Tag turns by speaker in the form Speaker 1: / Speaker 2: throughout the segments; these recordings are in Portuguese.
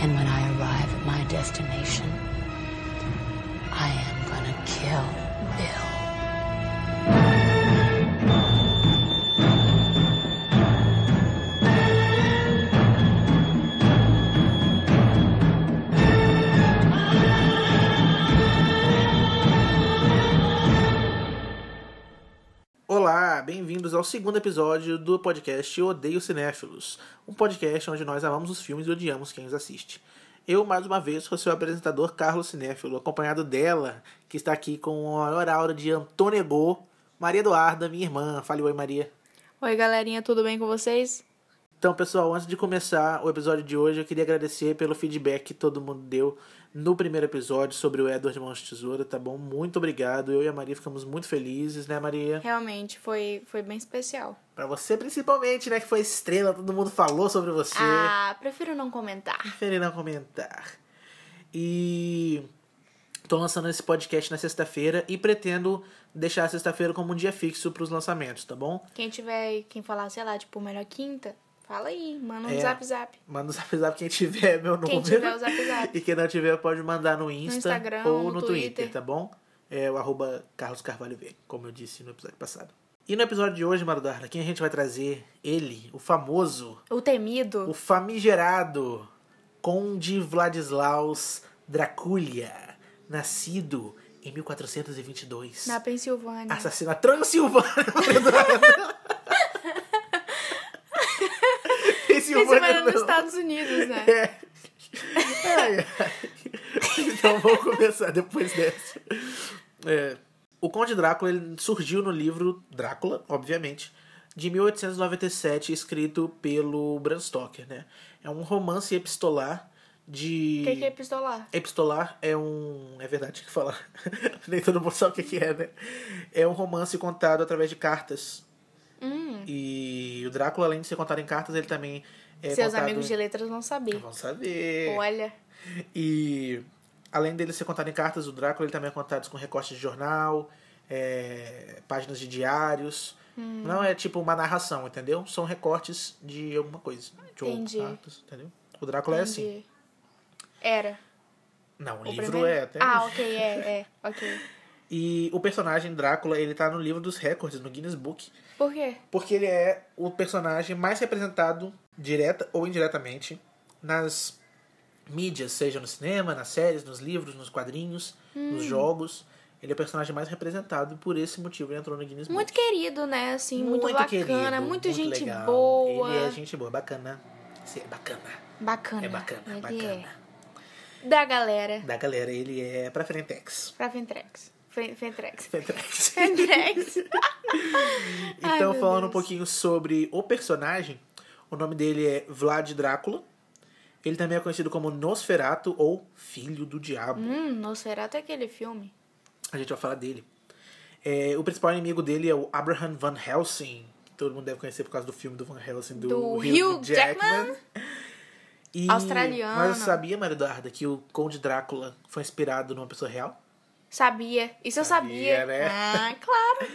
Speaker 1: And when I arrive at my destination, I am gonna kill Bill.
Speaker 2: Olá, bem-vindos ao segundo episódio do podcast Odeio Cinéfilos, um podcast onde nós amamos os filmes e odiamos quem os assiste. Eu, mais uma vez, sou seu apresentador Carlos Cinéfilo, acompanhado dela, que está aqui com a hora aura de Antônio Go, Maria Eduarda, minha irmã. Fale oi, Maria.
Speaker 3: Oi, galerinha, tudo bem com vocês?
Speaker 2: Então, pessoal, antes de começar o episódio de hoje, eu queria agradecer pelo feedback que todo mundo deu no primeiro episódio sobre o Edward Mãos de Tesoura, tá bom? Muito obrigado. Eu e a Maria ficamos muito felizes, né, Maria?
Speaker 3: Realmente, foi, foi bem especial.
Speaker 2: Pra você principalmente, né, que foi estrela, todo mundo falou sobre você.
Speaker 3: Ah, prefiro não comentar.
Speaker 2: Preferi não comentar. E tô lançando esse podcast na sexta-feira e pretendo deixar a sexta-feira como um dia fixo pros lançamentos, tá bom?
Speaker 3: Quem tiver, quem falar, sei lá, tipo, melhor quinta, fala aí, manda um
Speaker 2: É.
Speaker 3: zap zap.
Speaker 2: Manda o zap zap quem tiver meu número.
Speaker 3: Quem tiver o zap zap.
Speaker 2: E quem não tiver pode mandar no Insta
Speaker 3: Instagram,
Speaker 2: ou no,
Speaker 3: no
Speaker 2: Twitter.
Speaker 3: Twitter,
Speaker 2: tá bom? É o arroba Carlos Carvalho V, como eu disse no episódio passado. E no episódio de hoje, Marudarda, quem a gente vai trazer? Ele, o famoso,
Speaker 3: O temido.
Speaker 2: o famigerado Conde Vladislaus Draculia, nascido em 1422.
Speaker 3: Na Pensilvânia.
Speaker 2: Assassina Transilvânia.
Speaker 3: Pensilvânia nos
Speaker 2: não.
Speaker 3: Estados Unidos, né?
Speaker 2: É. Ai, ai. Então vamos começar depois dessa. É. O Conde Drácula ele surgiu no livro Drácula, obviamente, de 1897, escrito pelo Bram Stoker, né? É um romance epistolar de...
Speaker 3: O que, que é pistolar?
Speaker 2: Epistolar é um. É verdade, tinha que falar. Nem todo mundo sabe o que que é, né? É um romance contado através de cartas.
Speaker 3: Hum,
Speaker 2: E o Drácula, além de ser contado em cartas, ele também é
Speaker 3: seus
Speaker 2: contado...
Speaker 3: amigos de letras vão saber.
Speaker 2: Vão saber.
Speaker 3: Olha,
Speaker 2: E além dele ser contado em cartas, o Drácula ele também é contado com recortes de jornal, é, páginas de diários.
Speaker 3: Hum.
Speaker 2: Não é tipo uma narração, entendeu? São recortes de alguma coisa. De outros
Speaker 3: Entendi.
Speaker 2: cartas, entendeu? O Drácula é assim.
Speaker 3: entendi. Era.
Speaker 2: Não, o,
Speaker 3: O
Speaker 2: livro
Speaker 3: primeiro?
Speaker 2: é até.
Speaker 3: Ah, ok, é, é. Ok.
Speaker 2: E o personagem Drácula, ele tá no livro dos recordes, no Guinness Book,
Speaker 3: Por quê?
Speaker 2: porque ele é o personagem mais representado, direta ou indiretamente, nas mídias, seja no cinema, nas séries, nos livros, nos quadrinhos, nos
Speaker 3: Hum.
Speaker 2: jogos. Ele é o personagem mais representado e por esse motivo ele entrou no Guinness
Speaker 3: Muito
Speaker 2: Book.
Speaker 3: querido, né? Assim, muito, bacana, muito, gente
Speaker 2: legal.
Speaker 3: boa.
Speaker 2: Ele é gente boa, bacana. Você é bacana.
Speaker 3: Bacana.
Speaker 2: É bacana,
Speaker 3: Ele
Speaker 2: bacana.
Speaker 3: é da galera
Speaker 2: Da galera, ele é pra Frentex.
Speaker 3: pra Fentrex. Fe- Fentrex.
Speaker 2: Frentex.
Speaker 3: Fentrex. Ai,
Speaker 2: Então,
Speaker 3: meu
Speaker 2: falando um
Speaker 3: Deus.
Speaker 2: pouquinho sobre o personagem, o nome dele é Vlad Drácula. Ele também é conhecido como Nosferatu ou Filho do Diabo.
Speaker 3: Hum, Nosferatu é aquele filme.
Speaker 2: A gente vai falar dele. É, o principal inimigo dele é o Abraham Van Helsing. que Todo mundo deve conhecer por causa do filme do Van Helsing, do,
Speaker 3: Do Hugh
Speaker 2: E-
Speaker 3: Australiano.
Speaker 2: Mas você sabia, Maridarda, que o Conde Drácula foi inspirado numa pessoa real?
Speaker 3: Sabia. Isso
Speaker 2: Sabia,
Speaker 3: eu sabia.
Speaker 2: né?
Speaker 3: Ah, claro.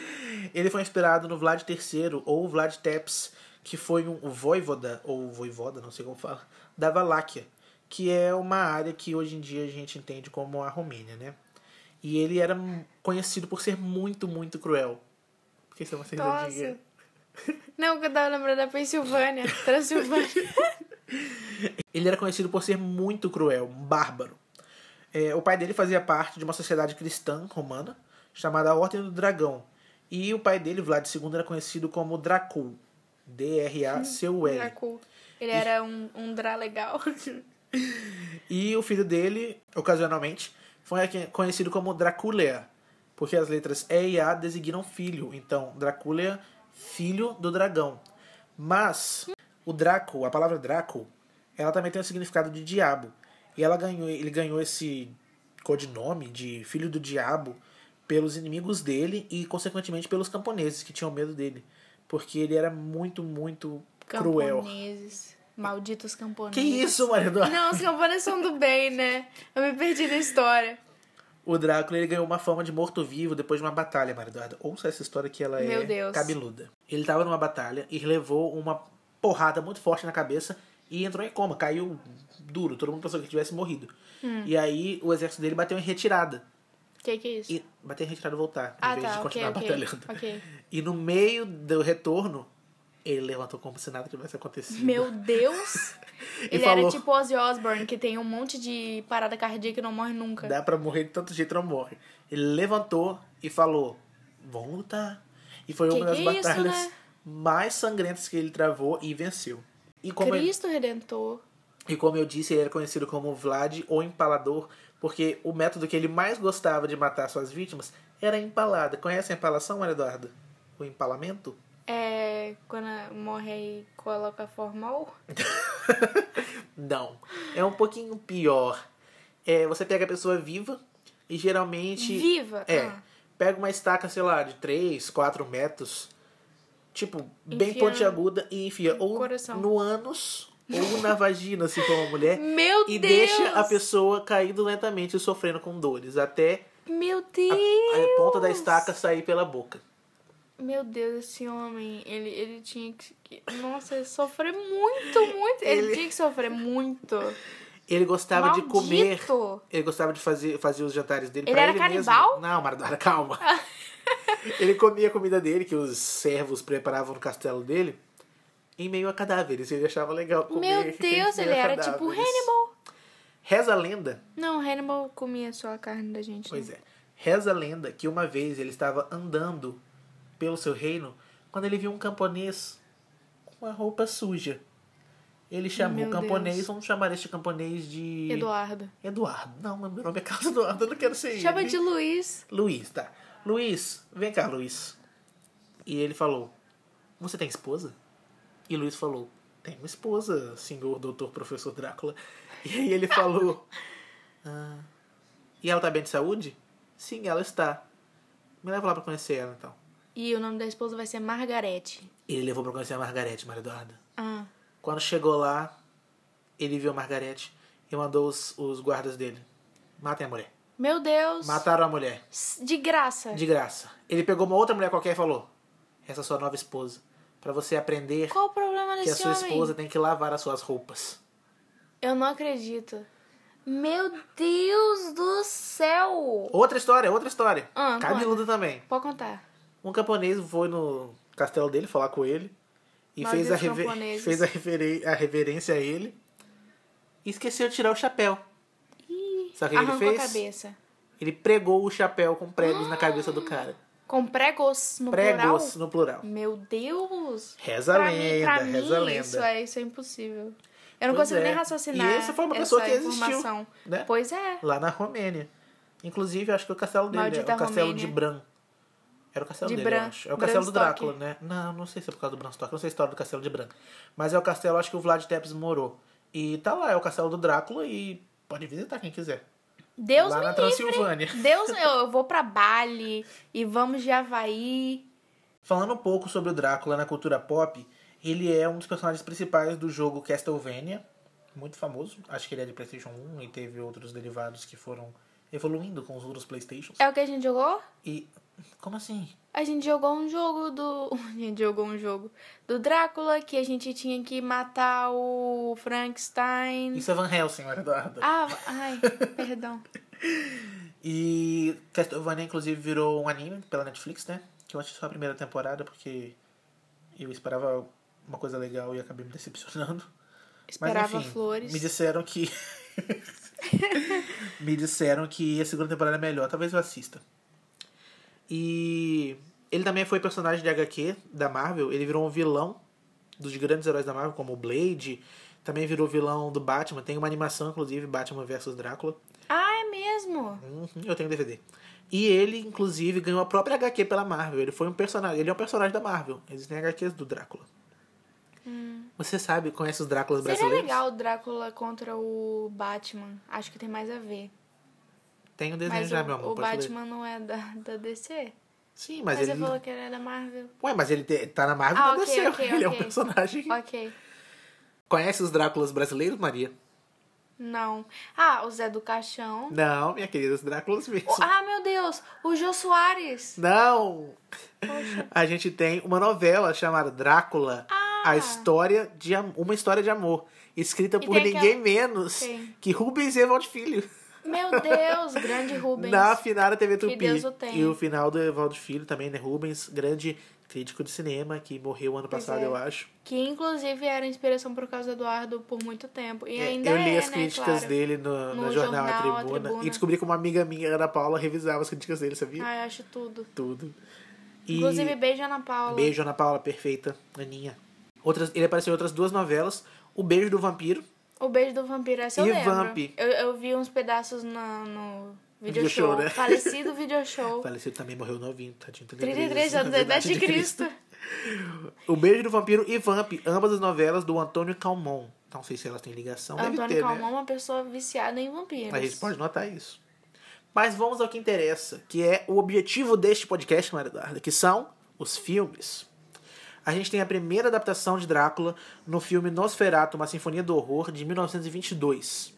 Speaker 2: Ele foi inspirado no Vlad III ou Vlad Tepes, que foi um voivoda, ou voivoda, não sei como fala, da Valáquia, que é uma área que hoje em dia a gente entende como a Romênia, né? E ele era m- conhecido por ser muito, muito cruel. Por que você é uma cercadinha?
Speaker 3: Nossa. Não, que eu tava lembrando da Pensilvânia. Transilvânia.
Speaker 2: Ele era conhecido por ser muito cruel, um bárbaro. É, o pai dele fazia parte de uma sociedade cristã romana chamada Ordem do Dragão. E o pai dele, Vlad II, era conhecido como Dracul. D-R-A-C-U-L.
Speaker 3: Dracul. Ele era um, um Dra legal.
Speaker 2: E o filho dele, ocasionalmente, foi aqui- conhecido como Draculea, porque as letras E e A designam filho. Então, Draculea, filho do dragão. Mas o Draco, a palavra Draco, ela também tem o significado de diabo. E ela ganhou, ele ganhou esse codinome de filho do diabo pelos inimigos dele e, consequentemente, pelos camponeses que tinham medo dele. Porque ele era muito, muito cruel.
Speaker 3: Camponeses. Malditos camponeses.
Speaker 2: Que isso, Maria Eduarda?
Speaker 3: Não, os camponeses são do bem, né? Eu me perdi na história.
Speaker 2: O Drácula ele ganhou uma fama de morto-vivo depois de uma batalha, Maria Eduarda. Ouça essa história que ela é
Speaker 3: Meu Deus.
Speaker 2: cabeluda. Ele tava numa batalha e levou uma porrada muito forte na cabeça e entrou em coma, caiu duro, todo mundo pensou que ele tivesse morrido.
Speaker 3: Hum.
Speaker 2: E aí o exército dele bateu em retirada.
Speaker 3: O que, que é isso?
Speaker 2: E bateu em retirada e voltar,
Speaker 3: Ah,
Speaker 2: em vez
Speaker 3: tá,
Speaker 2: de
Speaker 3: ok,
Speaker 2: continuar
Speaker 3: ok.
Speaker 2: batalhando.
Speaker 3: Ok.
Speaker 2: E no meio do retorno, ele levantou como se nada tivesse acontecido.
Speaker 3: Meu Deus!
Speaker 2: E
Speaker 3: Ele
Speaker 2: falou.
Speaker 3: era tipo Ozzy Osbourne, que tem um monte de parada cardíaca e não morre nunca.
Speaker 2: Dá pra morrer de tanto jeito, não morre. Ele levantou e falou: Vamos lutar. E foi
Speaker 3: Que
Speaker 2: uma das
Speaker 3: que é isso,
Speaker 2: batalhas
Speaker 3: né?
Speaker 2: mais sangrentas que ele travou e venceu. E como, ele-
Speaker 3: Cristo Redentor.
Speaker 2: e como eu disse, ele era conhecido como Vlad ou Empalador, porque o método que ele mais gostava de matar suas vítimas era a empalada. Conhece a empalação, Maria Eduarda? O empalamento?
Speaker 3: É. Quando morre e coloca formal.
Speaker 2: Não. É um pouquinho pior. É, você pega a pessoa viva e geralmente.
Speaker 3: Viva?
Speaker 2: É.
Speaker 3: Ah.
Speaker 2: Pega uma estaca, sei lá, de 3, 4 metros. Tipo, bem
Speaker 3: Enfia
Speaker 2: pontiaguda e enfia ou
Speaker 3: coração.
Speaker 2: no ânus ou na vagina, se for uma mulher.
Speaker 3: Meu
Speaker 2: e
Speaker 3: Deus!
Speaker 2: deixa a pessoa caindo lentamente e sofrendo com dores. Até
Speaker 3: Meu Deus!
Speaker 2: a ponta da estaca sair pela boca.
Speaker 3: Meu Deus, esse homem, ele, ele tinha que. que- Nossa, ele sofrer muito, muito. Ele,
Speaker 2: Ele-
Speaker 3: tinha que sofrer muito.
Speaker 2: Ele gostava de comer.
Speaker 3: Maldito!
Speaker 2: Ele gostava de fazer, fazer os jantares dele
Speaker 3: Ele
Speaker 2: pra
Speaker 3: era
Speaker 2: ele
Speaker 3: canibal?
Speaker 2: mesmo. Não, Maradona, calma. ele comia a comida dele, que os servos preparavam no castelo dele, em meio a cadáveres. Ele achava legal comer.
Speaker 3: Meu Deus,
Speaker 2: em meio
Speaker 3: ele
Speaker 2: a
Speaker 3: era tipo
Speaker 2: cadáveres.
Speaker 3: Hannibal.
Speaker 2: Reza a lenda,
Speaker 3: Não, Hannibal comia só a carne da gente.
Speaker 2: pois
Speaker 3: né?
Speaker 2: é, reza a lenda que uma vez ele estava andando pelo seu reino quando ele viu um camponês com uma roupa suja. Ele chamou
Speaker 3: Meu
Speaker 2: o camponês,
Speaker 3: Deus.
Speaker 2: vamos chamar este camponês de...
Speaker 3: Eduardo.
Speaker 2: Eduardo. Não, meu nome é Carlos Eduardo, eu não quero ser
Speaker 3: Chama
Speaker 2: ele.
Speaker 3: de Luiz.
Speaker 2: Luiz, tá. Luiz, vem cá, Luiz. E ele falou: Você tem esposa? E Luiz falou: Tenho esposa, senhor doutor professor Drácula. E aí ele falou: "Ah, E ela tá bem de saúde? Sim, ela está. Me leva lá pra conhecer ela então.
Speaker 3: E o nome da esposa vai ser Margarete.
Speaker 2: E ele levou pra conhecer a Margarete, Maria Eduarda.
Speaker 3: Ah.
Speaker 2: Quando chegou lá, ele viu a Margarete e mandou os, os guardas dele: Matem a mulher.
Speaker 3: Meu Deus.
Speaker 2: Mataram a mulher.
Speaker 3: De graça.
Speaker 2: De graça. Ele pegou uma outra mulher qualquer e falou: Essa é sua nova esposa. Pra você aprender
Speaker 3: Qual o problema
Speaker 2: que a
Speaker 3: desse
Speaker 2: sua
Speaker 3: homem?
Speaker 2: esposa tem que lavar as suas roupas.
Speaker 3: Eu não acredito. Meu Deus do céu.
Speaker 2: Outra história, outra história.
Speaker 3: Ah,
Speaker 2: Cabeludo também.
Speaker 3: Pode contar.
Speaker 2: Um camponês foi no castelo dele falar com ele e
Speaker 3: Malditos
Speaker 2: fez, a, rever-
Speaker 3: camponeses.
Speaker 2: fez a, referen- a reverência a ele e esqueceu de tirar o chapéu.
Speaker 3: Ih,
Speaker 2: Sabe o que ele
Speaker 3: arrancou a
Speaker 2: fez?
Speaker 3: cabeça.
Speaker 2: Ele pregou o chapéu com pregos na cabeça do cara.
Speaker 3: Com pregos no
Speaker 2: Pregos
Speaker 3: plural?
Speaker 2: no plural.
Speaker 3: Meu Deus!
Speaker 2: Reza a
Speaker 3: pra mim,
Speaker 2: lenda,
Speaker 3: pra
Speaker 2: reza
Speaker 3: mim,
Speaker 2: a lenda.
Speaker 3: Isso é, isso é impossível. Eu não
Speaker 2: Pois
Speaker 3: consigo
Speaker 2: é.
Speaker 3: nem raciocinar.
Speaker 2: E essa foi uma pessoa que existiu,
Speaker 3: informação.
Speaker 2: né?
Speaker 3: Pois é.
Speaker 2: Lá na Romênia. Inclusive, eu acho que o castelo dele
Speaker 3: Maldita
Speaker 2: é o castelo
Speaker 3: Romênia.
Speaker 2: de Bran. Era o castelo
Speaker 3: De
Speaker 2: dele,
Speaker 3: Bran.
Speaker 2: eu acho. É o
Speaker 3: Bram
Speaker 2: castelo do
Speaker 3: Stoker.
Speaker 2: Drácula, né? Não, não sei se é por causa do Bram Stoker, não sei a história do castelo de Bran. Mas é o castelo, acho que o Vlad Tepes morou. E tá lá, é o castelo do Drácula e pode visitar quem quiser.
Speaker 3: Deus
Speaker 2: lá
Speaker 3: me
Speaker 2: na
Speaker 3: livre.
Speaker 2: Transilvânia.
Speaker 3: Deus, eu, eu vou pra Bali e vamos de Havaí.
Speaker 2: Falando um pouco sobre o Drácula na cultura pop, ele é um dos personagens principais do jogo Castlevania, muito famoso. Acho que ele é de PlayStation 1 e teve outros derivados que foram evoluindo com os outros PlayStations.
Speaker 3: É o que a gente jogou?
Speaker 2: E. Como assim?
Speaker 3: A gente jogou um jogo do. A gente jogou um jogo do Drácula que a gente tinha que matar o Frankenstein.
Speaker 2: Isso é Van Helsing, Eduardo.
Speaker 3: Ah, ai, perdão.
Speaker 2: E Castlevania, inclusive, virou um anime pela Netflix, né? Que eu assisti só a primeira temporada, porque eu esperava uma coisa legal e acabei me decepcionando. Mas,
Speaker 3: Esperava
Speaker 2: enfim,
Speaker 3: flores.
Speaker 2: Me disseram que. me disseram que a segunda temporada é melhor. Talvez eu assista. E ele também foi personagem de HQ da Marvel. Ele virou um vilão dos grandes heróis da Marvel, como o Blade. Também virou vilão do Batman. Tem uma animação, inclusive, Batman vs Drácula.
Speaker 3: Ah, é mesmo?
Speaker 2: Uhum, eu tenho DVD. E ele, inclusive, ganhou a própria HQ pela Marvel. Ele foi um personagem. Ele é um personagem da Marvel. Existem HQs do Drácula. Você sabe, conhece os Dráculas
Speaker 3: Hum. Seria
Speaker 2: brasileiros?
Speaker 3: legal o Drácula contra o Batman. Acho que tem mais a ver.
Speaker 2: Tem o desenho
Speaker 3: Mas
Speaker 2: já,
Speaker 3: o,
Speaker 2: meu amor.
Speaker 3: o
Speaker 2: pode ler.
Speaker 3: Batman não é da, da DC.
Speaker 2: Sim,
Speaker 3: Mas,
Speaker 2: mas,
Speaker 3: você
Speaker 2: ele.
Speaker 3: falou que ele é da Marvel.
Speaker 2: Ué, mas ele te- tá na Marvel
Speaker 3: Ah,
Speaker 2: e tá
Speaker 3: ok,
Speaker 2: desceu.
Speaker 3: ok,
Speaker 2: Ele é um
Speaker 3: ok.
Speaker 2: personagem.
Speaker 3: Ok.
Speaker 2: Conhece os Dráculas brasileiros, Maria?
Speaker 3: Não. Ah, o Zé do Caixão.
Speaker 2: Não, minha querida, os Dráculas mesmo.
Speaker 3: O- ah, meu Deus! O Jô Soares!
Speaker 2: Não! A gente tem uma novela chamada Drácula, a história de Am- uma história de amor, escrita
Speaker 3: Ah. E
Speaker 2: por
Speaker 3: tem
Speaker 2: ninguém
Speaker 3: aquela-
Speaker 2: menos
Speaker 3: Quem?
Speaker 2: que Rubens Evald Filho.
Speaker 3: Meu Deus, grande Rubens.
Speaker 2: Na Finara TV
Speaker 3: Que
Speaker 2: Tupi.
Speaker 3: Deus o tenha.
Speaker 2: E o final do Evaldo Filho também, né? Rubens, grande crítico de cinema, que morreu ano
Speaker 3: Pois
Speaker 2: passado,
Speaker 3: é.
Speaker 2: eu acho.
Speaker 3: Que inclusive era inspiração pro Carlos Eduardo por muito tempo. E
Speaker 2: É,
Speaker 3: ainda
Speaker 2: eu li
Speaker 3: é,
Speaker 2: as
Speaker 3: né,
Speaker 2: críticas
Speaker 3: claro.
Speaker 2: dele no, no jornal,
Speaker 3: No
Speaker 2: a,
Speaker 3: jornal, A
Speaker 2: Tribuna,
Speaker 3: Tribuna.
Speaker 2: E descobri que uma amiga minha, Ana Paula, revisava as críticas dele, sabia?
Speaker 3: Ai, acho tudo.
Speaker 2: Tudo. E
Speaker 3: Inclusive, beijo Ana Paula.
Speaker 2: beijo, Ana Paula, perfeita, Aninha. Outras, ele apareceu em outras duas novelas. O Beijo do Vampiro,
Speaker 3: O beijo do vampiro, essa eu
Speaker 2: E
Speaker 3: lembro.
Speaker 2: Vamp?
Speaker 3: Eu, eu vi uns pedaços na- no video
Speaker 2: Video show,
Speaker 3: show.
Speaker 2: né?
Speaker 3: Falecido video show.
Speaker 2: falecido também, morreu novinho, tadinho.
Speaker 3: 33 anos,
Speaker 2: na
Speaker 3: da idade de Cristo.
Speaker 2: O Beijo do Vampiro e Vamp, ambas as novelas do Antônio Calmon. Não sei se elas têm ligação, deve
Speaker 3: Antônio
Speaker 2: ter,
Speaker 3: Calmon
Speaker 2: né?
Speaker 3: é uma pessoa viciada em vampiros.
Speaker 2: A gente pode notar isso. Mas vamos ao que interessa, que é o objetivo deste podcast, Maria Eduarda, que são os filmes. A gente tem a primeira adaptação de Drácula no filme Nosferatu, uma Sinfonia do Horror, de 1922.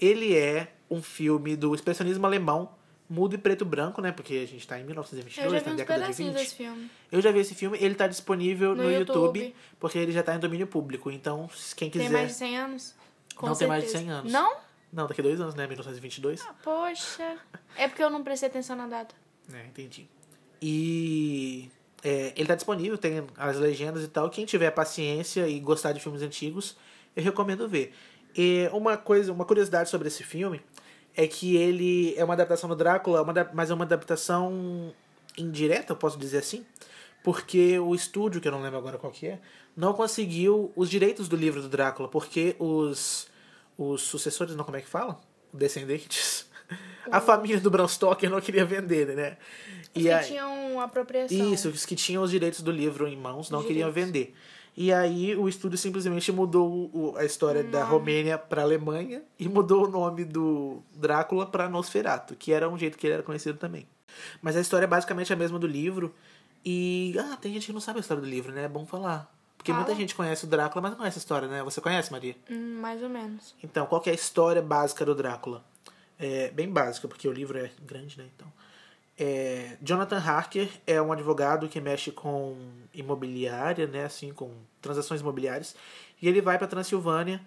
Speaker 2: Ele é um filme do expressionismo alemão, mudo e preto e branco, né? Porque a gente está em
Speaker 3: Eu
Speaker 2: 1922,
Speaker 3: já
Speaker 2: tá
Speaker 3: vi
Speaker 2: na
Speaker 3: uns
Speaker 2: década de
Speaker 3: pedacinhos
Speaker 2: 20.
Speaker 3: desse filme.
Speaker 2: Eu já vi esse filme, ele tá disponível no,
Speaker 3: No
Speaker 2: YouTube,
Speaker 3: YouTube.
Speaker 2: porque ele já tá em domínio público. Então, se quem quiser.
Speaker 3: Tem mais de 100 anos? Com
Speaker 2: Não tem mais de
Speaker 3: certeza.
Speaker 2: 100 anos.
Speaker 3: Não?
Speaker 2: Não, daqui a dois anos, né? 1922.
Speaker 3: Ah. Poxa. É porque eu não prestei atenção na data.
Speaker 2: É, entendi. E é, ele tá disponível, tem as legendas e tal. Quem tiver paciência e gostar de filmes antigos, eu recomendo ver. E uma coisa, uma curiosidade sobre esse filme é que ele é uma adaptação do Drácula, uma, da- mas é uma adaptação indireta, eu posso dizer assim, porque o estúdio, que eu não lembro agora qual que é, não conseguiu os direitos do livro do Drácula, porque os, os sucessores, não como é que fala? Descendentes. A família do Bram Stoker não queria vender, né?
Speaker 3: Os
Speaker 2: E
Speaker 3: que
Speaker 2: aí-
Speaker 3: tinham apropriação.
Speaker 2: isso, os que tinham os direitos do livro em mãos não
Speaker 3: Os
Speaker 2: queriam vender. E aí o estúdio simplesmente mudou o- a história da Romênia para Alemanha e mudou o nome do Drácula para Nosferatu, que era um jeito que ele era conhecido também. Mas a história é basicamente a mesma do livro. E ah, tem gente que não sabe a história do livro, né? É bom falar. Porque muita
Speaker 3: Fala.
Speaker 2: gente conhece o Drácula, mas não conhece a história, né? Você conhece, Maria?
Speaker 3: Hum, mais ou menos.
Speaker 2: Então, qual que é a história básica do Drácula? É bem básica, porque o livro é grande, né? Então, é, Jonathan Harker é um advogado que mexe com imobiliária, né? Assim, com transações imobiliárias. E ele vai para Transilvânia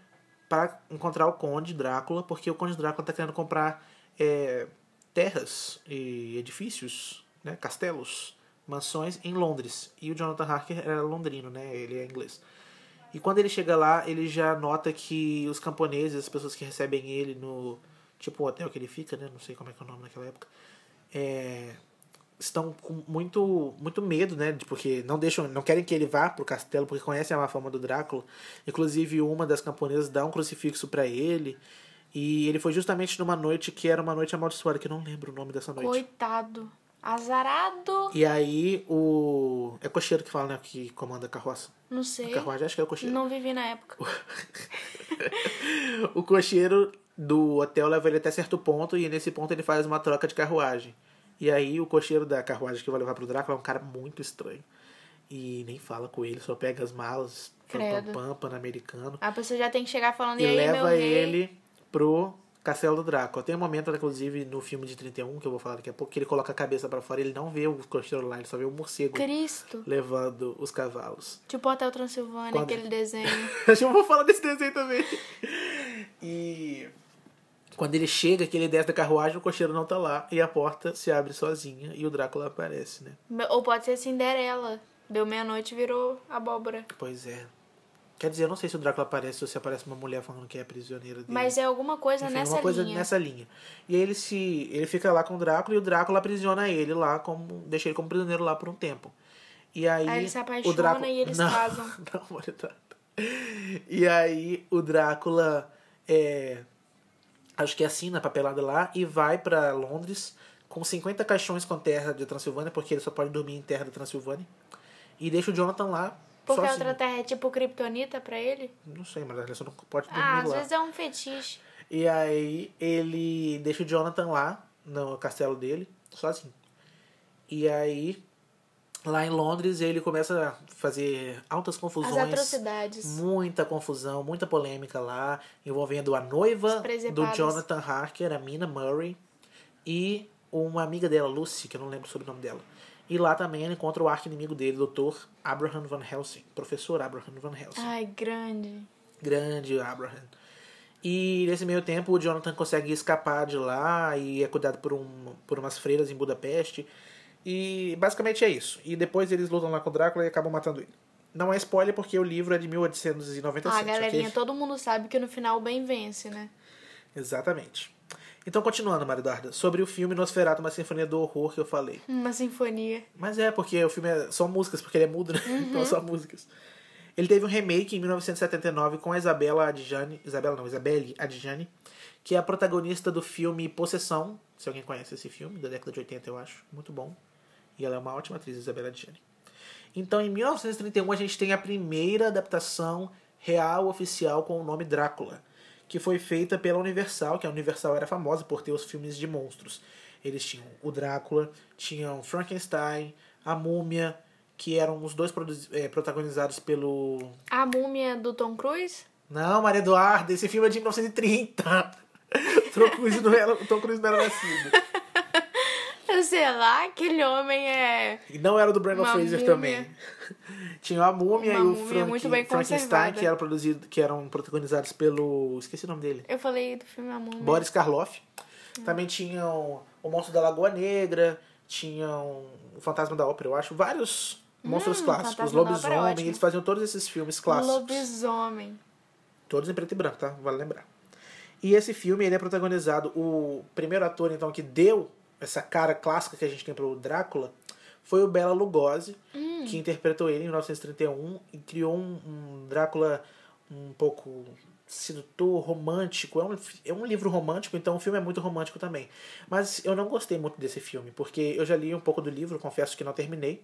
Speaker 2: para encontrar o Conde Drácula, porque o Conde Drácula está querendo comprar é, terras e edifícios, né? Castelos, mansões em Londres. E o Jonathan Harker era londrino, né? Ele é inglês. E quando ele chega lá, ele já nota que os camponeses, as pessoas que recebem ele no. Tipo, o hotel que ele fica, né? Não sei como é que é o nome naquela época. É, estão com muito, muito medo, né? de- Porque não deixam, não querem que ele vá pro castelo, porque conhecem a má fama do Drácula. Inclusive, uma das camponesas dá um crucifixo para ele. E ele foi justamente numa noite que era uma noite amaldiçoada, que eu não lembro o nome dessa noite.
Speaker 3: Coitado. Azarado.
Speaker 2: E aí, o. É cocheiro que fala, né? Que comanda a carroça.
Speaker 3: Não
Speaker 2: A
Speaker 3: sei.
Speaker 2: carruagem, acho que é o cocheiro.
Speaker 3: Não vivi na época.
Speaker 2: O cocheiro do hotel leva ele até certo ponto e nesse ponto ele faz uma troca de carruagem. E aí o cocheiro da carruagem que vai levar pro Drácula é um cara muito estranho. E nem fala com ele, só pega as malas, um pam, pam,
Speaker 3: Credo.
Speaker 2: pam, pan-americano.
Speaker 3: A pessoa já tem que chegar falando, e,
Speaker 2: E
Speaker 3: aí, meu
Speaker 2: leva
Speaker 3: rei?
Speaker 2: ele pro castelo do Drácula. Tem um momento, inclusive, no filme de 31, que eu vou falar daqui a pouco, que ele coloca a cabeça pra fora, ele não vê o cocheiro lá, ele só vê o morcego
Speaker 3: Cristo.
Speaker 2: levando os cavalos.
Speaker 3: Tipo Hotel Transilvânia,
Speaker 2: Quando-
Speaker 3: aquele desenho.
Speaker 2: Acho que eu vou falar desse desenho também. E quando ele chega, que ele desce da carruagem, o cocheiro não tá lá. E a porta se abre sozinha e o Drácula aparece, né?
Speaker 3: Ou pode ser Cinderela. Deu meia-noite e virou abóbora.
Speaker 2: Pois é. Quer dizer, eu não sei se o Drácula aparece ou se aparece uma mulher falando que é prisioneira dele.
Speaker 3: Mas é alguma coisa
Speaker 2: Enfim,
Speaker 3: nessa
Speaker 2: uma coisa
Speaker 3: linha.
Speaker 2: nessa linha. E aí ele se. ele fica lá com o Drácula e o Drácula aprisiona ele lá, como, deixa ele como prisioneiro lá por um tempo. E aí.
Speaker 3: Aí ele se
Speaker 2: o
Speaker 3: apaixona
Speaker 2: Drácula...
Speaker 3: e eles
Speaker 2: não,
Speaker 3: casam.
Speaker 2: Não, Maritata. E aí o Drácula é, acho que assina a papelada lá e vai pra Londres com 50 caixões com terra de Transilvânia, porque ele só pode dormir em terra da Transilvânia. E deixa o Jonathan lá.
Speaker 3: Porque a
Speaker 2: sozinho.
Speaker 3: outra terra é tipo Kryptonita pra ele?
Speaker 2: Não sei, mas ele só não pode dormir
Speaker 3: Ah, às
Speaker 2: lá.
Speaker 3: vezes é um fetiche.
Speaker 2: E aí ele deixa o Jonathan lá no castelo dele, sozinho. E aí, lá em Londres, ele começa a fazer altas confusões.
Speaker 3: As atrocidades.
Speaker 2: Muita confusão, muita polêmica lá, envolvendo a noiva
Speaker 3: Os
Speaker 2: do
Speaker 3: presepados.
Speaker 2: Jonathan Harker, a Mina Murray, e uma amiga dela, Lucy, que eu não lembro sobre o nome dela. E lá também ele encontra o arco-inimigo dele, Dr. Abraham Van Helsing, professor Abraham Van Helsing.
Speaker 3: Ai, grande.
Speaker 2: Grande Abraham. E nesse meio tempo o Jonathan consegue escapar de lá e é cuidado por, um, por umas freiras em Budapeste. E basicamente é isso. E depois eles lutam lá com o Drácula e acabam matando ele. Não é spoiler porque o livro é de 1897.
Speaker 3: Ah, galerinha,
Speaker 2: ok?
Speaker 3: todo mundo sabe que no final o bem vence, né?
Speaker 2: Exatamente. Então, continuando, Maridarda, sobre o filme Nosferatu, uma sinfonia do horror que eu falei.
Speaker 3: Uma sinfonia.
Speaker 2: Mas é, porque o filme é só músicas, porque ele é mudo, né? Então é só músicas. Ele teve um remake em 1979 com a Isabela Adjani, Isabela não, Isabelle Adjani, que é a protagonista do filme Possessão, se alguém conhece esse filme, da década de 80, eu acho, muito bom. E ela é uma ótima atriz, Isabela Adjani. Então, em 1931, a gente tem a primeira adaptação real oficial com o nome Drácula, que foi feita pela Universal, que a Universal era famosa por ter os filmes de monstros. Eles tinham o Drácula, tinham Frankenstein, a Múmia, que eram os dois produzi- eh, protagonizados pelo.
Speaker 3: A múmia do Tom Cruise?
Speaker 2: Não, Maria Eduarda, esse filme é de 1930. Tom Cruise não era, Tom Cruise não era nascido.
Speaker 3: Eu sei lá, aquele homem é.
Speaker 2: E não era do Brandon
Speaker 3: Uma
Speaker 2: Fraser
Speaker 3: múmia.
Speaker 2: também. Tinha a múmia
Speaker 3: Uma
Speaker 2: e o
Speaker 3: múmia
Speaker 2: Frank-
Speaker 3: muito bem
Speaker 2: Frankenstein,
Speaker 3: conservada.
Speaker 2: que, era produzido, que eram protagonizados pelo. Esqueci o nome dele.
Speaker 3: Eu falei do filme né? A Múmia.
Speaker 2: Boris Karloff.
Speaker 3: Uhum.
Speaker 2: Também tinham o Monstro da Lagoa Negra, tinham o Fantasma da Ópera, eu acho. Vários monstros
Speaker 3: Hum,
Speaker 2: clássicos.
Speaker 3: Fantasma da Ópera é
Speaker 2: Lobisomem,
Speaker 3: ótimo.
Speaker 2: eles faziam todos esses filmes clássicos.
Speaker 3: Lobisomem.
Speaker 2: Todos em preto e branco, tá? Vale lembrar. E esse filme, ele é protagonizado... O primeiro ator, então, que deu essa cara clássica que a gente tem pro Drácula foi o Bela Lugosi, que interpretou ele em 1931 e criou um, um Drácula um pouco sedutor, romântico. É um, fi- é um livro romântico, então o filme é muito romântico também. Mas eu não gostei muito desse filme, porque eu já li um pouco do livro, confesso que não terminei.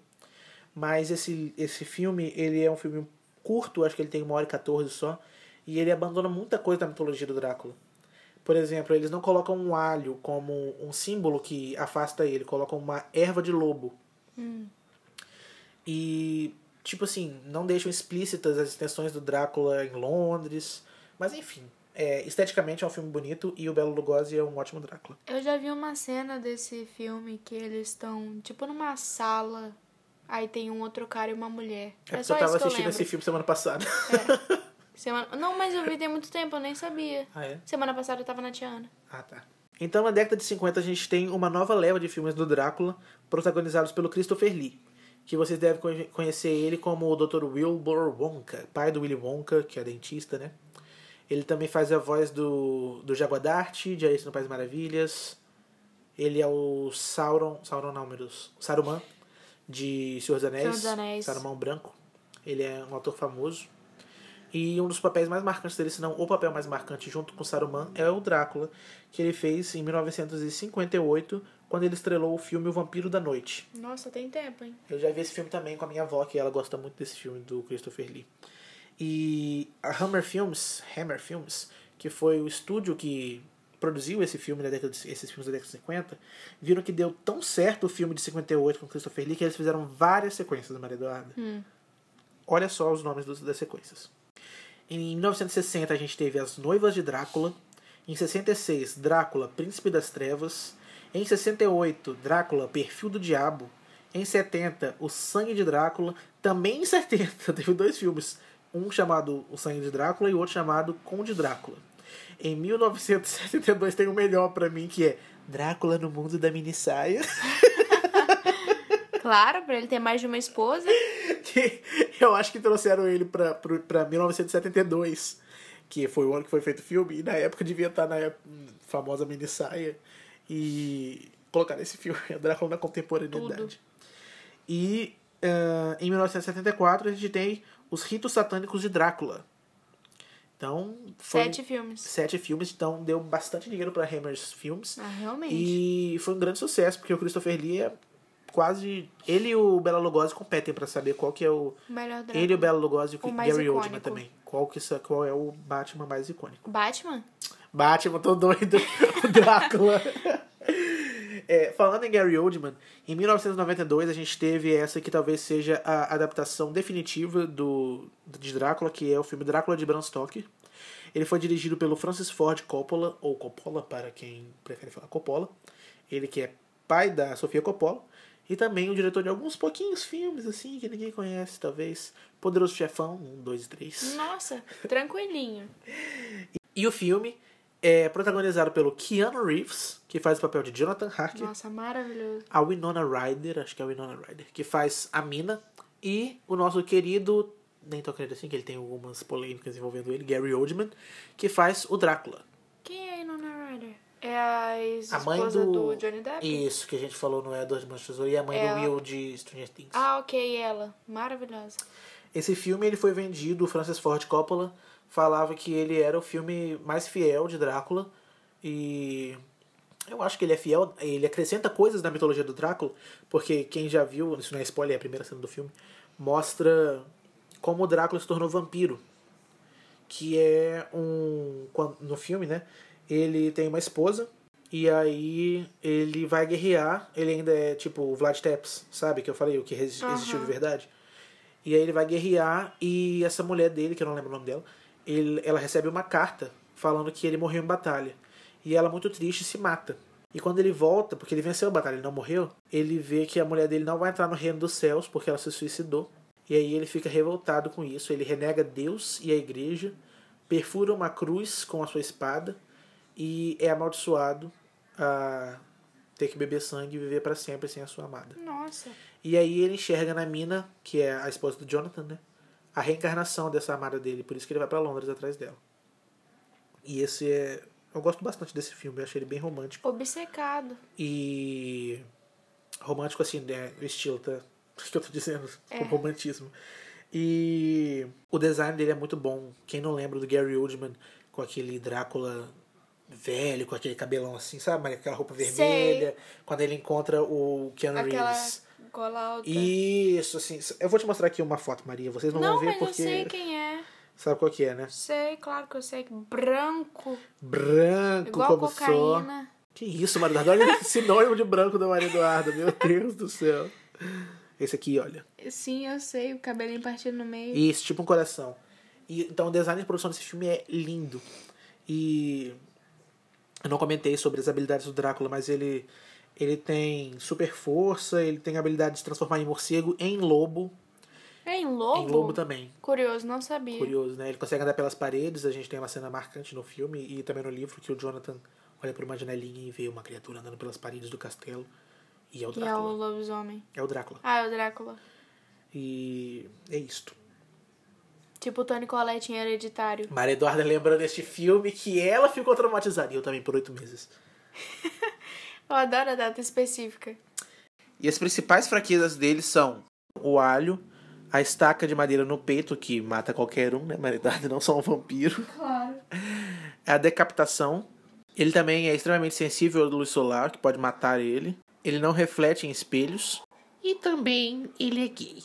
Speaker 2: Mas esse, esse filme, ele é um filme curto, acho que ele tem uma hora e 14 só. E ele abandona muita coisa da mitologia do Drácula. Por exemplo, eles não colocam um alho como um símbolo que afasta ele, colocam uma erva de lobo.
Speaker 3: Hum.
Speaker 2: E, tipo assim, não deixam explícitas as intenções do Drácula em Londres. Mas enfim, é, esteticamente é um filme bonito e o Belo Lugosi é um ótimo Drácula.
Speaker 3: Eu já vi uma cena desse filme que eles estão, tipo, numa sala. Aí tem um outro cara e uma
Speaker 2: É
Speaker 3: mulher. É,
Speaker 2: porque
Speaker 3: só
Speaker 2: eu tava
Speaker 3: isso que eu
Speaker 2: assistindo
Speaker 3: lembro. É.
Speaker 2: esse filme semana passada.
Speaker 3: Semana... Não, mas eu vi tem muito tempo, eu nem sabia.
Speaker 2: ah, é?
Speaker 3: Semana passada eu tava na Tiana.
Speaker 2: Ah, tá. Então, na década de 50, a gente tem uma nova leva de filmes do Drácula, protagonizados pelo Christopher Lee, que vocês devem conhe- conhecer ele como o Dr. Wilbur Wonka, pai do Willy Wonka, que é dentista, né? Ele também faz a voz do, do Jaguadarte, de Alice no País Maravilhas. Ele é o Sauron, Sauron não, meu Deus, Saruman, de Senhor dos Anéis.
Speaker 3: Senhor dos Anéis.
Speaker 2: Saruman Branco. Ele é um ator famoso. E um dos papéis mais marcantes dele, se não o papel mais marcante junto com Saruman, é o Drácula, que ele fez em 1958, quando ele estrelou o filme O Vampiro da Noite.
Speaker 3: Nossa, tem tempo, hein?
Speaker 2: Eu já vi esse filme também com a minha avó, que ela gosta muito desse filme do Christopher Lee. E a Hammer Films, Hammer Films, que foi o estúdio que produziu esse filme da década de, esses filmes da década de 50, viram que deu tão certo o filme de 58 com o Christopher Lee que eles fizeram várias sequências, Maria Eduarda. Olha só os nomes dos- das sequências. Em 1960 a gente teve As Noivas de Drácula. Em 66, Drácula, Príncipe das Trevas. Em 68, Drácula, Perfil do Diabo. Em 70, O Sangue de Drácula. Também em 70, teve dois filmes. Um chamado O Sangue de Drácula e o outro chamado Conde Drácula. Em 1972 tem o melhor pra mim, que é Drácula no Mundo da Minissaia.
Speaker 3: Claro, pra ele ter mais de uma esposa.
Speaker 2: que eu acho que trouxeram ele pra, pro- pra 1972, que foi o ano que foi feito o filme, e na época devia estar na ép- famosa minissaia, e colocaram esse filme, o Drácula na contemporaneidade.
Speaker 3: Tudo.
Speaker 2: E ah, em 1974 a gente tem Os Ritos Satânicos de Drácula. Então, foi
Speaker 3: Sete filmes.
Speaker 2: sete filmes, então deu bastante dinheiro pra Hammers Filmes.
Speaker 3: Ah, realmente.
Speaker 2: E foi um grande sucesso, porque o Christopher Lee é quase. Ele e o Bela Lugosi competem pra saber qual que é o.
Speaker 3: O melhor drama.
Speaker 2: Ele e o Bela Lugosi e o
Speaker 3: O mais
Speaker 2: Gary Oldman
Speaker 3: icônico.
Speaker 2: também. Qual, que, sa- qual é o Batman mais icônico?
Speaker 3: Batman?
Speaker 2: Batman, tô doido. o Drácula. É, falando em Gary Oldman, em 1992 a gente teve essa que talvez seja a adaptação definitiva do, de Drácula, que é o filme Drácula de Bram Stoker. Ele foi dirigido pelo Francis Ford Coppola, ou Coppola para quem prefere falar Coppola. Ele que é pai da Sofia Coppola. E também o diretor de alguns pouquinhos filmes, assim, que ninguém conhece, talvez. Poderoso Chefão, 1, 2 e 3.
Speaker 3: Nossa, tranquilinho.
Speaker 2: E o filme é protagonizado pelo Keanu Reeves, que faz o papel de Jonathan Harker.
Speaker 3: Nossa, maravilhoso.
Speaker 2: A Winona Ryder, acho que é a Winona Ryder, que faz a Mina. E o nosso querido, nem tão querido assim, que ele tem algumas polêmicas envolvendo ele, Gary Oldman, que faz o Drácula.
Speaker 3: Quem é a Inona Ryder? É a
Speaker 2: A mãe
Speaker 3: ex-esposa
Speaker 2: do...
Speaker 3: do... Johnny Depp? É
Speaker 2: Isso, que a gente falou no Edward Mãos de Tesouro e a mãe
Speaker 3: Ela.
Speaker 2: do Will de Stranger Things.
Speaker 3: Ah, ok, ela. Maravilhosa.
Speaker 2: Esse filme ele foi vendido, o Francis Ford Coppola falava que ele era o filme mais fiel de Drácula e eu acho que ele é fiel, ele acrescenta coisas da mitologia do Drácula, porque quem já viu, isso não é spoiler, é a primeira cena do filme, mostra como o Drácula se tornou vampiro, que é um quan- no filme, né? Ele tem uma esposa e aí ele vai guerrear, ele ainda é tipo o Vlad Tepes, sabe que eu falei, o que resi- existiu de verdade. E aí ele vai guerrear e essa mulher dele, que eu não lembro o nome dela, ele, ela recebe uma carta falando que ele morreu em batalha. E ela, muito triste, se mata. E quando ele volta, porque ele venceu a batalha, ele não morreu, ele vê que a mulher dele não vai entrar no reino dos céus porque ela se suicidou. E aí ele fica revoltado com isso, ele renega Deus e a igreja, perfura uma cruz com a sua espada e é amaldiçoado a ter que beber sangue e viver para sempre sem a sua amada.
Speaker 3: Nossa.
Speaker 2: E aí ele enxerga na mina, que é a esposa do Jonathan, né? A reencarnação dessa amada dele, por isso que ele vai pra Londres atrás dela. E esse é. Eu gosto bastante desse filme, eu achei ele bem romântico.
Speaker 3: Obcecado.
Speaker 2: E. Romântico assim, né? O estilo, tá? O que eu tô dizendo?
Speaker 3: É.
Speaker 2: O romantismo. E. O design dele é muito bom. Quem não lembra do Gary Oldman com aquele Drácula velho, com aquele cabelão assim, sabe? Mas Aquela roupa
Speaker 3: Sei.
Speaker 2: vermelha. Quando ele encontra o Keanu
Speaker 3: Aquela
Speaker 2: Reeves.
Speaker 3: gola alta.
Speaker 2: Isso, assim. Eu vou te mostrar aqui uma foto, Maria. Vocês não,
Speaker 3: Não,
Speaker 2: vão ver
Speaker 3: mas eu
Speaker 2: porque.
Speaker 3: sei quem é.
Speaker 2: Sabe qual que é, né?
Speaker 3: Sei, claro que eu sei. Branco.
Speaker 2: Branco
Speaker 3: Igual
Speaker 2: como sou.
Speaker 3: cocaína.
Speaker 2: Que isso, Maria Eduarda? Olha esse sinônimo de branco da Maria Eduarda. Meu Deus do céu. Esse aqui, olha.
Speaker 3: Sim, eu sei. O cabelinho partido no meio.
Speaker 2: Isso, tipo um coração. E, então o design de produção desse filme é lindo. E eu não comentei sobre as habilidades do Drácula, mas ele ele tem super força, ele tem a habilidade de se transformar em morcego, em lobo,
Speaker 3: É em lobo?
Speaker 2: em lobo também.
Speaker 3: Curioso, não sabia.
Speaker 2: Curioso, né? Ele consegue andar pelas paredes, a gente tem uma cena marcante no filme e também no livro que o Jonathan olha por uma janelinha e vê uma criatura andando pelas paredes do castelo. E é o
Speaker 3: E é o
Speaker 2: Drácula.
Speaker 3: lobisomem.
Speaker 2: É o Drácula.
Speaker 3: Ah, é o Drácula.
Speaker 2: E é isto.
Speaker 3: Tipo o Tony Collette em Hereditário.
Speaker 2: Maria Eduarda lembrando deste filme que ela ficou traumatizada. E eu também por oito meses.
Speaker 3: Eu adoro a data específica.
Speaker 2: E as principais fraquezas dele são o alho, a estaca de madeira no peito, que mata qualquer um, né? Maria Eduarda não só um vampiro.
Speaker 3: Claro.
Speaker 2: a decapitação. Ele também é extremamente sensível à luz solar, que pode matar ele. Ele não reflete em espelhos. E também ele é gay.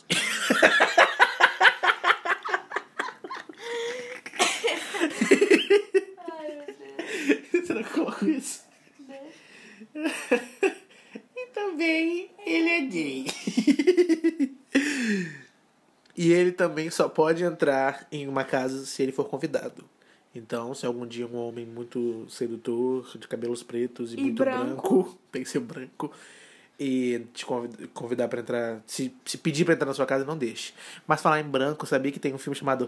Speaker 2: Você não colocou isso? e também ele é gay. E ele também só pode entrar em uma casa se ele for convidado. Então, se algum dia um homem muito sedutor, de cabelos pretos e,
Speaker 3: E
Speaker 2: muito branco.
Speaker 3: branco.
Speaker 2: tem que ser branco, e te convid- convidar pra entrar, se, se pedir pra entrar na sua casa, não deixe. Mas falar em branco, sabia que tem um filme chamado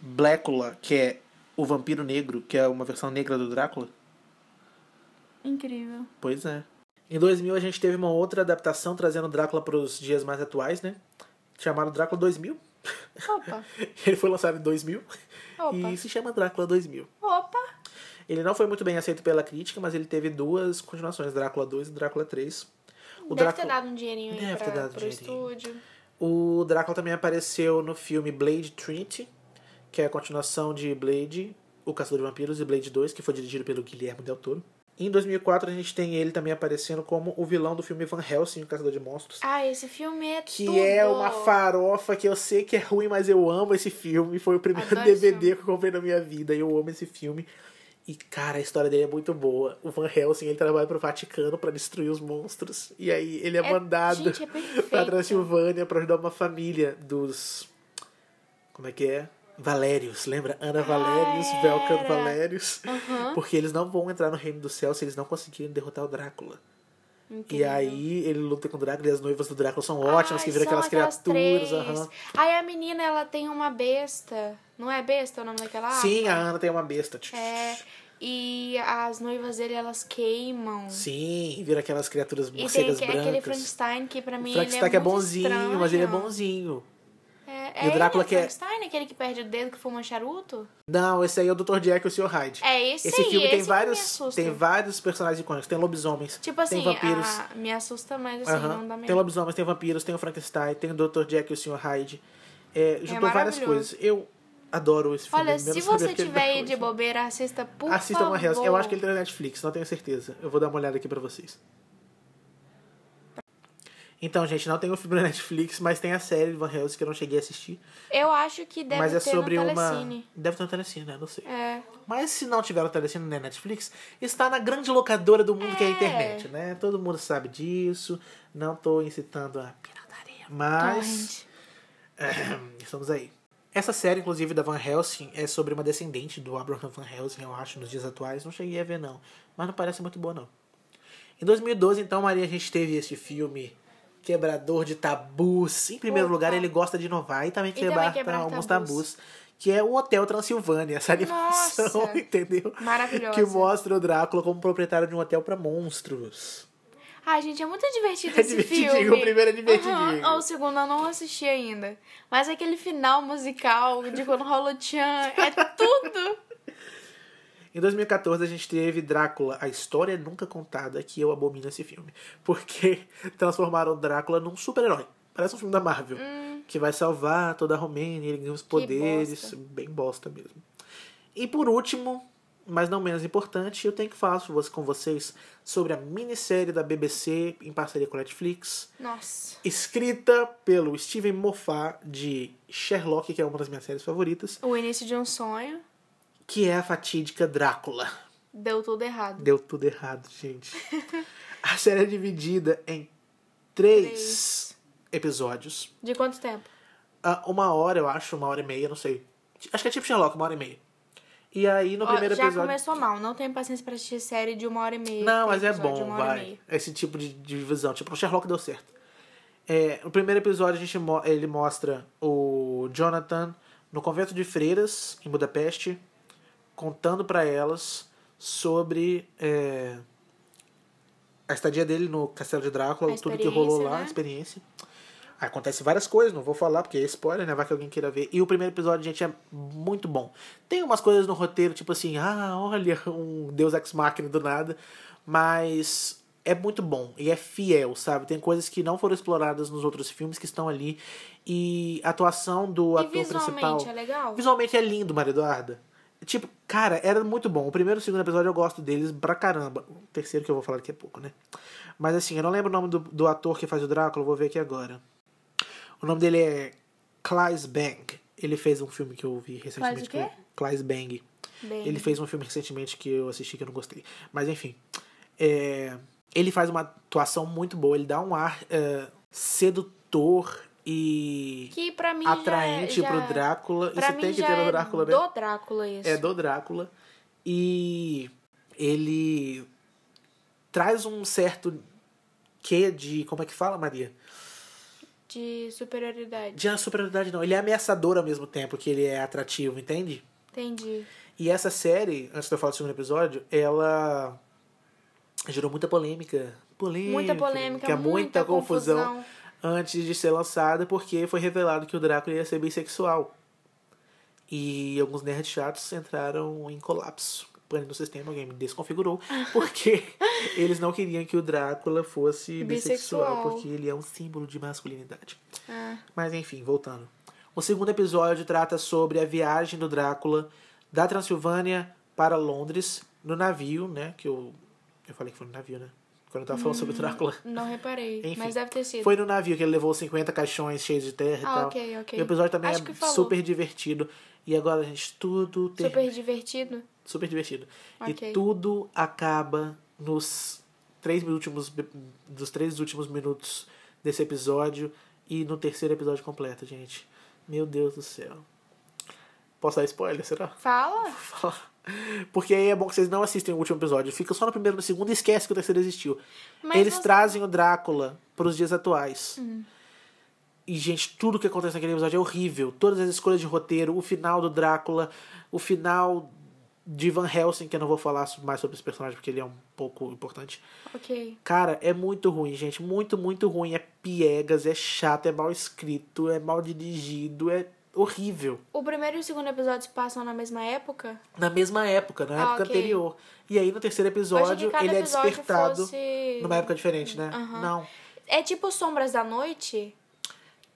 Speaker 2: Blácula, que é O Vampiro Negro, que é uma versão negra do Drácula?
Speaker 3: Incrível.
Speaker 2: Pois é. Em 2000 a gente teve uma outra adaptação trazendo Drácula para os dias mais atuais, né? Chamado Drácula 2000.
Speaker 3: Opa.
Speaker 2: Ele foi lançado em 2000
Speaker 3: Opa.
Speaker 2: e se chama Drácula 2000.
Speaker 3: Opa.
Speaker 2: Ele não foi muito bem aceito pela crítica, mas ele teve duas continuações, Drácula 2 e Drácula 3. O
Speaker 3: Deve
Speaker 2: Drácula-
Speaker 3: ter dado um dinheirinho aí
Speaker 2: Deve ter
Speaker 3: pra,
Speaker 2: dado um
Speaker 3: pro
Speaker 2: dinheirinho.
Speaker 3: estúdio.
Speaker 2: O Drácula também apareceu no filme Blade Trinity, que é a continuação de Blade, O Caçador de Vampiros e Blade 2, que foi dirigido pelo Guilherme Del Toro. Em 2004 a gente tem ele também aparecendo como o vilão do filme Van Helsing, O Caçador de Monstros.
Speaker 3: Ah, esse filme é
Speaker 2: Que
Speaker 3: tudo.
Speaker 2: é uma farofa que eu sei que é ruim, mas eu amo esse filme. Foi o primeiro
Speaker 3: Adoro esse
Speaker 2: DVD
Speaker 3: filme.
Speaker 2: que eu comprei na minha vida e eu amo esse filme. E, cara, a história dele é muito boa. O Van Helsing, ele trabalha pro Vaticano pra destruir os monstros. E aí ele é,
Speaker 3: É-
Speaker 2: mandado
Speaker 3: gente, é perfeito.
Speaker 2: pra Transilvânia pra ajudar uma família dos... Como é que é? Valérios, lembra? Ana Valérios,
Speaker 3: Ah, era.
Speaker 2: Velcan Valérios.
Speaker 3: Aham.
Speaker 2: Porque eles não vão entrar no Reino do Céu se eles não conseguirem derrotar o Drácula. E aí ele luta com o Drácula e as noivas do Drácula são ótimas,
Speaker 3: Ai,
Speaker 2: que viram
Speaker 3: são
Speaker 2: aquelas, criaturas.
Speaker 3: três.
Speaker 2: aham.
Speaker 3: Aí a menina, ela tem uma besta. Não é besta o nome daquela?
Speaker 2: Sim, a
Speaker 3: árvore?
Speaker 2: Ana tem uma besta. Tch, tch,
Speaker 3: tá. É.
Speaker 2: tch.
Speaker 3: E as noivas dele, elas queimam.
Speaker 2: Sim, vira aquelas criaturas
Speaker 3: E tem
Speaker 2: morcegas
Speaker 3: aque- aquele
Speaker 2: brancas.
Speaker 3: Frankenstein que pra mim
Speaker 2: O
Speaker 3: ele é,
Speaker 2: Frankenstein que é
Speaker 3: muito
Speaker 2: bonzinho,
Speaker 3: estranho.
Speaker 2: mas ele é bonzinho.
Speaker 3: É,
Speaker 2: E
Speaker 3: é
Speaker 2: o Drácula
Speaker 3: ele,
Speaker 2: que é-
Speaker 3: é... Frankenstein, aquele que perde o dedo que fuma charuto?
Speaker 2: Não, esse aí é o Dr. Jack e o Sr. Hyde.
Speaker 3: É esse aí,
Speaker 2: filme tem
Speaker 3: esse que me
Speaker 2: vários,
Speaker 3: assusta.
Speaker 2: tem vários personagens icônicos. Tem lobisomens,
Speaker 3: Tipo assim,
Speaker 2: tem vampiros.
Speaker 3: a- me assusta, mas assim,
Speaker 2: Aham.
Speaker 3: não dá
Speaker 2: Tem
Speaker 3: medo.
Speaker 2: lobisomens, tem vampiros, tem o Frankenstein, tem o Dr. Jack e o Sr. Hyde. É, juntou várias
Speaker 3: maravilhoso.
Speaker 2: coisas. Eu adoro esse filme. é
Speaker 3: Olha,
Speaker 2: mesmo
Speaker 3: se
Speaker 2: sabendo
Speaker 3: você
Speaker 2: que ele
Speaker 3: tiver
Speaker 2: tá
Speaker 3: aí
Speaker 2: com
Speaker 3: de
Speaker 2: isso.
Speaker 3: bobeira, assista, por
Speaker 2: Assista
Speaker 3: favor.
Speaker 2: uma reação. Eu acho que ele tem na Netflix, não tenho certeza. Eu vou dar uma olhada aqui pra vocês. Então, gente, não tem o filme na Netflix, mas tem a série Van Helsing que eu não cheguei a assistir.
Speaker 3: Eu acho que deve
Speaker 2: mas é
Speaker 3: ter
Speaker 2: sobre
Speaker 3: no
Speaker 2: uma.
Speaker 3: Telecine.
Speaker 2: Deve ter no Telecine, né? Não sei.
Speaker 3: É.
Speaker 2: Mas se não tiver no Telecine nem na Netflix, está na grande locadora do mundo que é a internet, né? Todo mundo sabe disso. Não tô incitando a pirataria, mas estamos aí. Essa série, inclusive, da Van Helsing é sobre uma descendente do Abraham Van Helsing, eu acho, nos dias atuais. Não cheguei a ver, não. Mas não parece muito boa, não. Em 2012, então, Maria, a gente teve este filme quebrador de tabus. Em primeiro
Speaker 3: Opa.
Speaker 2: lugar, ele gosta de inovar e também
Speaker 3: também
Speaker 2: quebrar,
Speaker 3: quebrar
Speaker 2: tá, alguns
Speaker 3: tabus.
Speaker 2: tabus. Que é o Hotel Transilvânia, essa animação,
Speaker 3: Nossa.
Speaker 2: entendeu?
Speaker 3: Maravilhosa.
Speaker 2: Que mostra o Drácula como proprietário de um hotel pra monstros.
Speaker 3: Ai, gente, é muito divertido
Speaker 2: É
Speaker 3: esse
Speaker 2: divertidinho,
Speaker 3: filme.
Speaker 2: o primeiro é divertidinho.
Speaker 3: Aham, O segundo eu não assisti ainda. Mas aquele final musical de quando rola o tchan é tudo.
Speaker 2: Em 2014 a gente teve Drácula, a história nunca contada, que eu abomino esse filme. Porque transformaram Drácula num super-herói. Parece um filme da Marvel. Que vai salvar toda a Romênia, ele ganha os poderes.
Speaker 3: Hum. bosta.
Speaker 2: Bem bosta mesmo. E por último, mas não menos importante, eu tenho que falar com vocês- com vocês sobre a minissérie da BBC em parceria com a Netflix.
Speaker 3: Nossa.
Speaker 2: Escrita pelo Steven Moffat de Sherlock, que é uma das minhas séries favoritas,
Speaker 3: O início de um sonho
Speaker 2: que é a fatídica Drácula.
Speaker 3: deu tudo errado.
Speaker 2: Deu tudo errado, gente. A série é dividida em três,
Speaker 3: Três.
Speaker 2: episódios.
Speaker 3: De quanto tempo?
Speaker 2: Ah, uma hora, eu acho, uma hora e meia, não sei. Acho que é tipo Sherlock, uma hora e meia. E aí no
Speaker 3: Ó,
Speaker 2: primeiro
Speaker 3: já
Speaker 2: episódio.
Speaker 3: começou mal. Não tenho paciência pra assistir série de uma hora e meia.
Speaker 2: Não, mas é
Speaker 3: episódio de
Speaker 2: bom,
Speaker 3: uma hora e
Speaker 2: vai.
Speaker 3: meia.
Speaker 2: Esse tipo de divisão. Tipo, o Sherlock deu certo. É, no primeiro episódio, a gente, mo- ele mostra o Jonathan no convento de freiras, em Budapeste, contando pra elas sobre é, a estadia dele no Castelo de Drácula,
Speaker 3: A
Speaker 2: tudo que rolou
Speaker 3: experiência,
Speaker 2: lá, a
Speaker 3: né?
Speaker 2: experiência. Acontece várias coisas, não vou falar, porque é spoiler, né? Vai que alguém queira ver. E o primeiro episódio, gente, é muito bom. Tem umas coisas no roteiro, tipo assim, ah, olha, um Deus Ex Machina do nada. Mas é muito bom e é fiel, sabe? Tem coisas que não foram exploradas nos outros filmes que estão ali. E a atuação do
Speaker 3: E
Speaker 2: ator
Speaker 3: visualmente
Speaker 2: principal.
Speaker 3: é legal?
Speaker 2: Visualmente é lindo, Maria Eduarda. Tipo, cara, era muito bom. O primeiro e o segundo episódio eu gosto deles pra caramba. O terceiro que eu vou falar daqui a pouco, né? Mas assim, eu não lembro o nome do, do ator que faz o Drácula, eu vou ver aqui agora. O nome dele é Clive Bang. Ele fez um filme que eu vi recentemente. é
Speaker 3: o quê?
Speaker 2: Clive Bang.
Speaker 3: Bem,
Speaker 2: Ele fez um filme recentemente que eu assisti que eu não gostei. Mas enfim. é, ele faz uma atuação muito boa. Ele dá um ar é, sedutor e
Speaker 3: que pra mim já-
Speaker 2: atraente
Speaker 3: já...
Speaker 2: pro Drácula.
Speaker 3: Pra
Speaker 2: Isso
Speaker 3: mim
Speaker 2: tem que
Speaker 3: já
Speaker 2: ter
Speaker 3: é
Speaker 2: no Drácula, né?
Speaker 3: do Drácula isso.
Speaker 2: É do Drácula. E ele traz um certo quê de. Como é que fala, Maria?
Speaker 3: De superioridade.
Speaker 2: De superioridade, não. Ele é ameaçador ao mesmo tempo que ele é atrativo, entende?
Speaker 3: Entendi.
Speaker 2: E essa série, antes de eu falar do segundo episódio, ela gerou muita polêmica. Polêmica.
Speaker 3: Muita polêmica,
Speaker 2: que é
Speaker 3: muita confusão.
Speaker 2: antes de ser lançada, porque foi revelado que o Drácula ia ser bissexual. E alguns nerds chatos entraram em colapso. Pane no sistema, alguém me desconfigurou, porque eles não queriam que o Drácula fosse bissexual,
Speaker 3: Bissexual.
Speaker 2: porque ele é um símbolo de masculinidade.
Speaker 3: Ah,
Speaker 2: Mas enfim, voltando. O segundo episódio trata sobre a viagem do Drácula da Transilvânia para Londres no navio, né? Que eu, eu falei que foi no navio, né? Quando eu tava falando sobre o Drácula.
Speaker 3: não reparei.
Speaker 2: Enfim,
Speaker 3: mas deve ter sido.
Speaker 2: Foi no navio que ele levou 50 caixões cheios de terra e
Speaker 3: Ah,
Speaker 2: tal.
Speaker 3: ok, ok.
Speaker 2: E o episódio também
Speaker 3: Acho
Speaker 2: é
Speaker 3: que falou.
Speaker 2: super divertido. E agora, gente, tudo tem
Speaker 3: Super divertido.
Speaker 2: super divertido. E
Speaker 3: Ok.
Speaker 2: tudo acaba nos três últimos dos três últimos minutos desse episódio e no terceiro episódio completo, gente. Meu Deus do céu. Posso dar spoiler, será?
Speaker 3: Fala?
Speaker 2: Vou falar. Porque aí é bom que vocês não assistem o último episódio. Fica só no primeiro e no segundo e esquece que o terceiro existiu.
Speaker 3: Mas
Speaker 2: Eles
Speaker 3: você- Hum.
Speaker 2: trazem o Drácula pros dias atuais. E, gente, tudo que acontece naquele episódio é horrível. Todas as escolhas de roteiro, o final do Drácula, o final de Van Helsing, que eu não vou falar mais sobre esse personagem porque ele é um pouco importante.
Speaker 3: Ok.
Speaker 2: Cara, é muito ruim, gente. Muito, muito ruim. É piegas, é chato, é mal escrito, é mal dirigido, é horrível.
Speaker 3: O primeiro e o segundo episódio se passam na mesma época?
Speaker 2: Na mesma época, na
Speaker 3: Ah,
Speaker 2: época
Speaker 3: ok.
Speaker 2: anterior. E aí no terceiro
Speaker 3: Eu achei
Speaker 2: episódio,
Speaker 3: que cada
Speaker 2: ele é
Speaker 3: episódio
Speaker 2: despertado
Speaker 3: fosse-
Speaker 2: numa época diferente, né?
Speaker 3: Aham.
Speaker 2: Não.
Speaker 3: É tipo Sombras da Noite?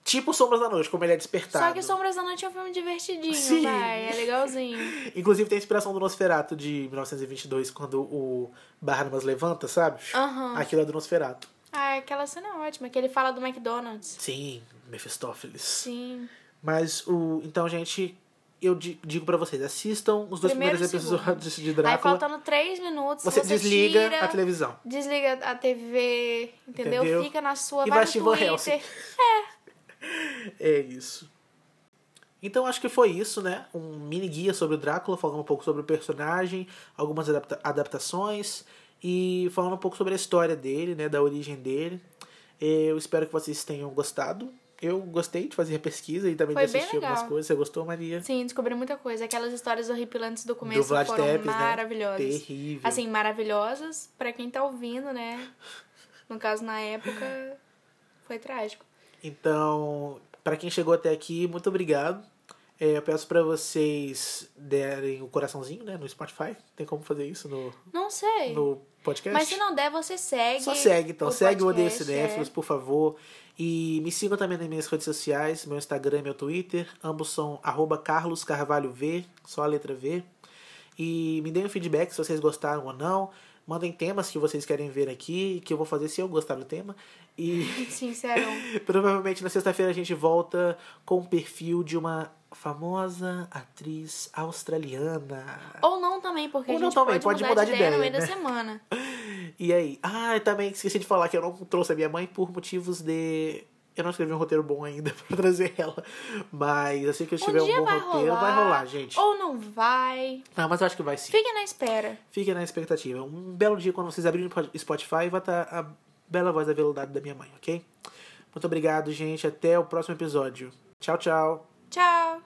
Speaker 2: Tipo Sombras da Noite, como ele é despertado.
Speaker 3: Só que Sombras da Noite é um filme divertidinho,
Speaker 2: Sim.
Speaker 3: vai. É legalzinho.
Speaker 2: Inclusive tem a inspiração do Nosferato de 1922, quando o Barnabas levanta, sabe?
Speaker 3: Aham.
Speaker 2: Aquilo é do Nosferato.
Speaker 3: Ah, aquela cena é ótima, que ele fala do McDonald's.
Speaker 2: Sim, Mephistófeles.
Speaker 3: Sim.
Speaker 2: Mas o. Então, gente, eu di- digo pra vocês: assistam os dois
Speaker 3: Primeiro
Speaker 2: primeiros
Speaker 3: e segundo.
Speaker 2: episódios de
Speaker 3: Aí
Speaker 2: Drácula.
Speaker 3: faltando três minutos,
Speaker 2: você,
Speaker 3: você,
Speaker 2: desliga
Speaker 3: tira,
Speaker 2: a televisão.
Speaker 3: Desliga a TV, entendeu?
Speaker 2: Entendeu?
Speaker 3: Fica na sua,
Speaker 2: E vai assim.
Speaker 3: vai no
Speaker 2: assistir Van
Speaker 3: Twitter.
Speaker 2: Helsing. É isso. Então acho que foi isso, né? Um mini guia sobre o Drácula, falando um pouco sobre o personagem, algumas adapta- adaptações e falando um pouco sobre a história dele, né? Da origem dele. Eu espero que vocês tenham gostado. Eu gostei de fazer a pesquisa e também
Speaker 3: Foi
Speaker 2: de
Speaker 3: bem
Speaker 2: assistir algumas
Speaker 3: legal.
Speaker 2: coisas. Você gostou, Maria?
Speaker 3: Sim, descobri muita coisa. Aquelas histórias horripilantes do começo
Speaker 2: Vlad
Speaker 3: foram
Speaker 2: Tepes, né?
Speaker 3: maravilhosas.
Speaker 2: Terrível.
Speaker 3: Assim, maravilhosas pra quem tá ouvindo, né? No caso, na época, foi trágico.
Speaker 2: Então, pra quem chegou até aqui, muito obrigado. É, eu peço pra vocês derem o coraçãozinho, né? No Spotify. Tem como fazer isso no,
Speaker 3: Não sei.
Speaker 2: no podcast?
Speaker 3: Mas se não der, você segue.
Speaker 2: Só segue, então.
Speaker 3: o
Speaker 2: segue o Odeio
Speaker 3: podcast, é.
Speaker 2: Cinéfilos, por favor. E me sigam também nas minhas redes sociais, meu Instagram e meu Twitter. Ambos são arroba Carlos Carvalho V, só a letra V. E me deem um feedback se vocês gostaram ou não. Mandem temas que vocês querem ver aqui, que eu vou fazer se eu gostar do tema. E
Speaker 3: é. Sincero.
Speaker 2: provavelmente na sexta-feira a gente volta com o perfil de uma famosa atriz australiana.
Speaker 3: Ou não também, porque
Speaker 2: Ou
Speaker 3: a
Speaker 2: não
Speaker 3: gente
Speaker 2: também,
Speaker 3: pode,
Speaker 2: pode
Speaker 3: mudar, de ideia, no
Speaker 2: ideia,
Speaker 3: meio da
Speaker 2: né?
Speaker 3: semana.
Speaker 2: E aí? Ah, eu também esqueci de falar que eu não trouxe a minha mãe por motivos de. Eu não escrevi um roteiro bom ainda pra trazer ela. Mas assim que eu tiver um,
Speaker 3: dia
Speaker 2: bom
Speaker 3: vai
Speaker 2: roteiro,
Speaker 3: rolar,
Speaker 2: vai rolar, gente.
Speaker 3: Ou não vai.
Speaker 2: Não, mas eu acho que vai sim. Fiquem
Speaker 3: Fiquem na espera.
Speaker 2: na expectativa. Um belo dia, quando vocês abrirem o Spotify, vai estar a bela voz da veludade da minha mãe, ok? Muito obrigado, gente. Até o próximo episódio. Tchau, tchau.
Speaker 3: Tchau.